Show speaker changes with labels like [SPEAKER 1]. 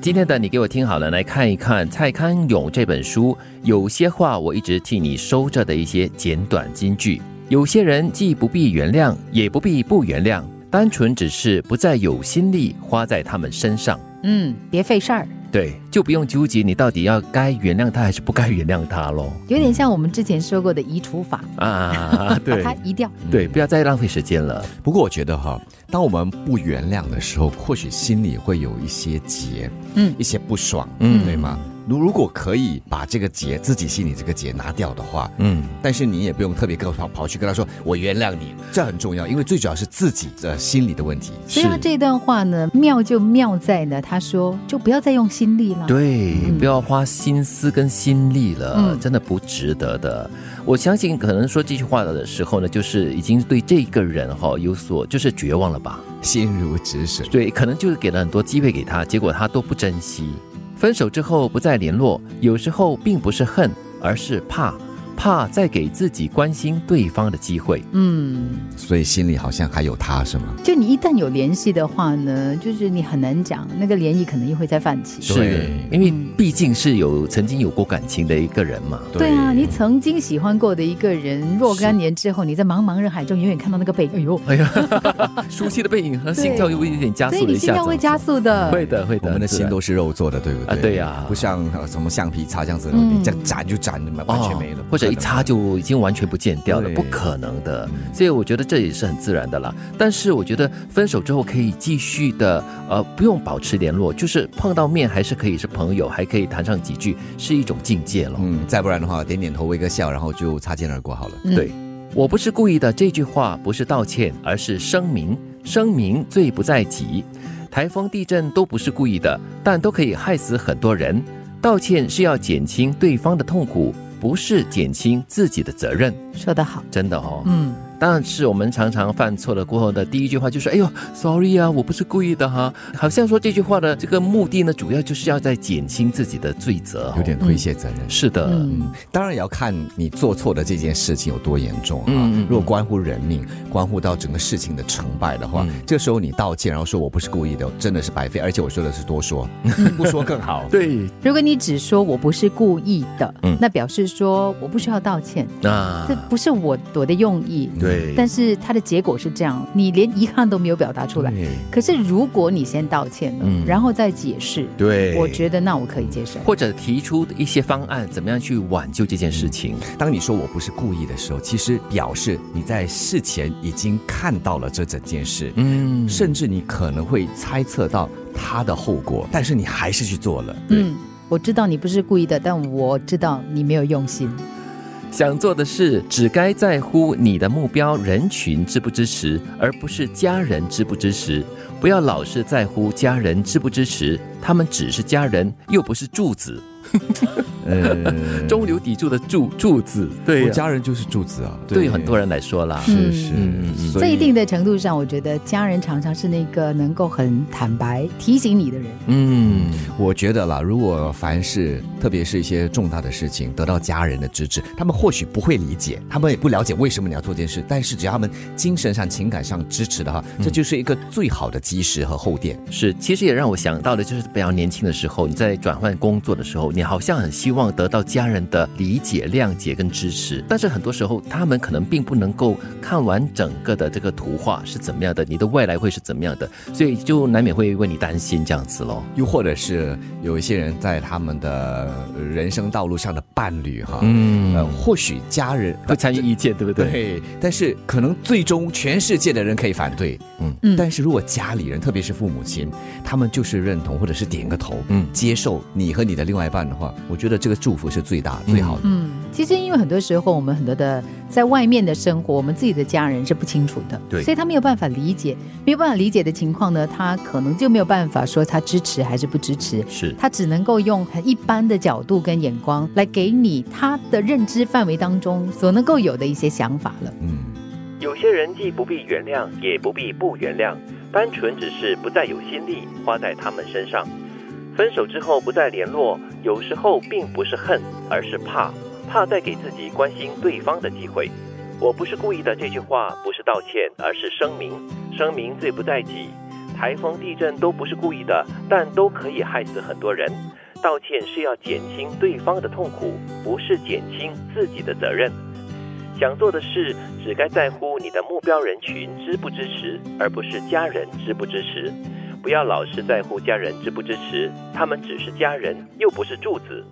[SPEAKER 1] 今天的你给我听好了，来看一看蔡康永这本书，有些话我一直替你收着的一些简短金句。有些人既不必原谅，也不必不原谅，单纯只是不再有心力花在他们身上。
[SPEAKER 2] 嗯，别费事儿，
[SPEAKER 1] 对，就不用纠结你到底要该原谅他还是不该原谅他喽。
[SPEAKER 2] 有点像我们之前说过的移除法，
[SPEAKER 1] 啊，
[SPEAKER 2] 把
[SPEAKER 1] 对
[SPEAKER 2] 它移掉。
[SPEAKER 1] 对，不要再浪费时间了。
[SPEAKER 3] 不过我觉得哈，当我们不原谅的时候，或许心里会有一些结，
[SPEAKER 2] 嗯
[SPEAKER 3] 一些不爽，
[SPEAKER 1] 嗯
[SPEAKER 3] 嗯，对吗？如如果可以把这个结，自己心里这个结拿掉的话，
[SPEAKER 1] 嗯，
[SPEAKER 3] 但是你也不用特别跟跑跑去跟他说我原谅你，这很重要，因为最主要是自己的心理的问题。
[SPEAKER 2] 所以他这段话呢，妙就妙在呢，他说就不要再用心力了。
[SPEAKER 1] 对，
[SPEAKER 2] 嗯
[SPEAKER 1] 不要花心思跟心力了，
[SPEAKER 2] 嗯
[SPEAKER 1] 真的不值得的。我相信，可能说这句话的时候呢，就是已经对这个人哈、有所就是绝望了吧？
[SPEAKER 3] 心如止水，
[SPEAKER 1] 对，可能就是给了很多机会给他，结果他都不珍惜。分手之后不再联络，有时候并不是恨，而是怕，怕再给自己关心对方的机会。
[SPEAKER 2] 嗯，
[SPEAKER 3] 所以心里好像还有他，是吗？
[SPEAKER 2] 就你一旦有联系的话呢，就是你很难讲，那个涟漪可能又会再泛起。
[SPEAKER 1] 是因为
[SPEAKER 2] 嗯
[SPEAKER 1] 毕竟是有曾经有过感情的一个人嘛。
[SPEAKER 2] 对啊，你曾经喜欢过的一个人，若干年之后，你在茫茫人海中远远看到那个背影，哎呦，
[SPEAKER 1] 哎呀， 熟悉的背影和心跳又有一点加
[SPEAKER 2] 所以
[SPEAKER 1] 速了
[SPEAKER 2] 你
[SPEAKER 1] 一
[SPEAKER 2] 心
[SPEAKER 1] 下
[SPEAKER 2] 跳
[SPEAKER 1] 子，
[SPEAKER 2] 会加速的。
[SPEAKER 1] 会的，会的，
[SPEAKER 3] 我们的
[SPEAKER 1] 自
[SPEAKER 3] 心
[SPEAKER 1] 然
[SPEAKER 3] 都是肉做的，对不对？
[SPEAKER 1] 啊对呀
[SPEAKER 3] 不像呃什么橡皮擦这样子，
[SPEAKER 2] 嗯哦
[SPEAKER 3] 你这样斩就斩，完全没了，
[SPEAKER 1] 或哦者一擦
[SPEAKER 3] 就。
[SPEAKER 1] 就已经完全不见掉了，
[SPEAKER 3] 对
[SPEAKER 1] 不可能的。所以我觉得这也是很自然的啦。但是我觉得分手之后可以继续的，呃，不用保持联络，就是碰到面还是可以是朋友，还可以谈上几句，是一种境界了。
[SPEAKER 3] 嗯，再不然的话，点点头微个笑，然后就擦肩而过好了。
[SPEAKER 2] 嗯
[SPEAKER 1] 对，我不是故意的。这句话不是道歉，而是声明。声明罪不在己，台风、地震都不是故意的，但都可以害死很多人。道歉是要减轻对方的痛苦，不是减轻自己的责任。
[SPEAKER 2] 说得好，
[SPEAKER 1] 真的哦，
[SPEAKER 2] 嗯，
[SPEAKER 1] 但是我们常常犯错了过后的第一句话就是：“哎呦，sorry 啊，我不是故意的哈。”好像说这句话的这个目的呢，主要就是要在减轻自己的罪责哦、
[SPEAKER 3] 有点推卸责任。
[SPEAKER 1] 是的，
[SPEAKER 2] 嗯
[SPEAKER 3] 嗯，当然也要看你做错的这件事情有多严重啊。
[SPEAKER 1] 嗯嗯嗯
[SPEAKER 3] 如果关乎人命，关乎到整个事情的成败的话，
[SPEAKER 1] 嗯
[SPEAKER 3] 这时候你道歉，然后说我不是故意的，真的是白费，而且我说的是多 说，不说更好。
[SPEAKER 1] 对，
[SPEAKER 2] 如果你只说我不是故意的，
[SPEAKER 1] 嗯
[SPEAKER 2] 那表示说我不需要道歉，
[SPEAKER 1] 那
[SPEAKER 2] 这不是我我的用意。
[SPEAKER 1] 啊对，
[SPEAKER 2] 但是它的结果是这样，你连遗憾都没有表达出来。
[SPEAKER 1] 对
[SPEAKER 2] 可是如果你先道歉了，
[SPEAKER 1] 嗯
[SPEAKER 2] 然后再解释，
[SPEAKER 1] 对，
[SPEAKER 2] 我觉得那我可以接受。
[SPEAKER 1] 或者提出一些方案，怎么样去挽救这件事情？
[SPEAKER 3] 当你说我不是故意的时候，其实表示你在事前已经看到了这整件事，
[SPEAKER 1] 嗯
[SPEAKER 3] 甚至你可能会猜测到它的后果，但是你还是去做了。
[SPEAKER 2] 嗯，我知道你不是故意的，但我知道你没有用心。
[SPEAKER 1] 想做的事，只该在乎你的目标人群支不支持，而不是家人支不支持。不要老是在乎家人支不支持，他们只是家人，又不是柱子。
[SPEAKER 3] 呃，
[SPEAKER 1] 中流砥柱的柱柱子，对
[SPEAKER 3] 我
[SPEAKER 1] 呀
[SPEAKER 3] 家人就是柱子啊，
[SPEAKER 1] 对于很多人来说啦，
[SPEAKER 2] 嗯
[SPEAKER 3] 是是
[SPEAKER 1] 嗯嗯嗯，
[SPEAKER 3] 所
[SPEAKER 2] 在
[SPEAKER 3] 以
[SPEAKER 2] 一定的程度上，我觉得家人常常是那个能够很坦白提醒你的人。
[SPEAKER 1] 嗯，
[SPEAKER 3] 我觉得啦，如果凡是特别是一些重大的事情得到家人的支持，他们或许不会理解，他们也不了解为什么你要做这件事，但是只要他们精神上、情感上支持的话，这就是一个最好的基石和后垫。
[SPEAKER 1] 是，其实也让我想到的就是比较年轻的时候，你在转换工作的时候，你好像很希望得到家人的理解、谅解跟支持，但是很多时候他们可能并不能够看完整个的这个图画是怎么样的，你的未来会是怎么样的，所以就难免会为你担心这样子咯。
[SPEAKER 3] 又或者是有一些人在他们的呃人生道路上的伴侣哈，呃，
[SPEAKER 1] 嗯，
[SPEAKER 3] 或许家人
[SPEAKER 1] 会参与意见，对不对？
[SPEAKER 3] 对，但是可能最终全世界的人可以反对，
[SPEAKER 1] 嗯
[SPEAKER 2] 嗯
[SPEAKER 3] 但是如果家里人，特别是父母亲，他们就是认同或者是点个头，
[SPEAKER 1] 嗯
[SPEAKER 3] 接受你和你的另外一半的话，我觉得这个祝福是最大、
[SPEAKER 1] 嗯
[SPEAKER 3] 最好的。
[SPEAKER 2] 嗯，其实因为很多时候我们很多的在外面的生活，我们自己的家人是不清楚的，
[SPEAKER 1] 对
[SPEAKER 2] 所以他没有办法理解，没有办法理解的情况呢，他可能就没有办法说他支持还是不支持，
[SPEAKER 1] 是，
[SPEAKER 2] 他只能够用很一般的角度跟眼光来给你他的认知范围当中所能够有的一些想法了。
[SPEAKER 3] 嗯，
[SPEAKER 4] 有些人既不必原谅，也不必不原谅，单纯只是不再有心力花在他们身上。分手之后不再联络，有时候并不是恨，而是怕，怕再给自己关心对方的机会。我不是故意的这句话不是道歉，而是声明，声明罪不在己。
[SPEAKER 1] 台风、地震都不是故意的，但都可以害死很多人。道歉是要减轻对方的痛苦，不是减轻自己的责任。想做的事，只该在乎你的目标人群支不支持，而不是家人支不支持。不要老是在乎家人支不支持，他们只是家人，又不是柱子。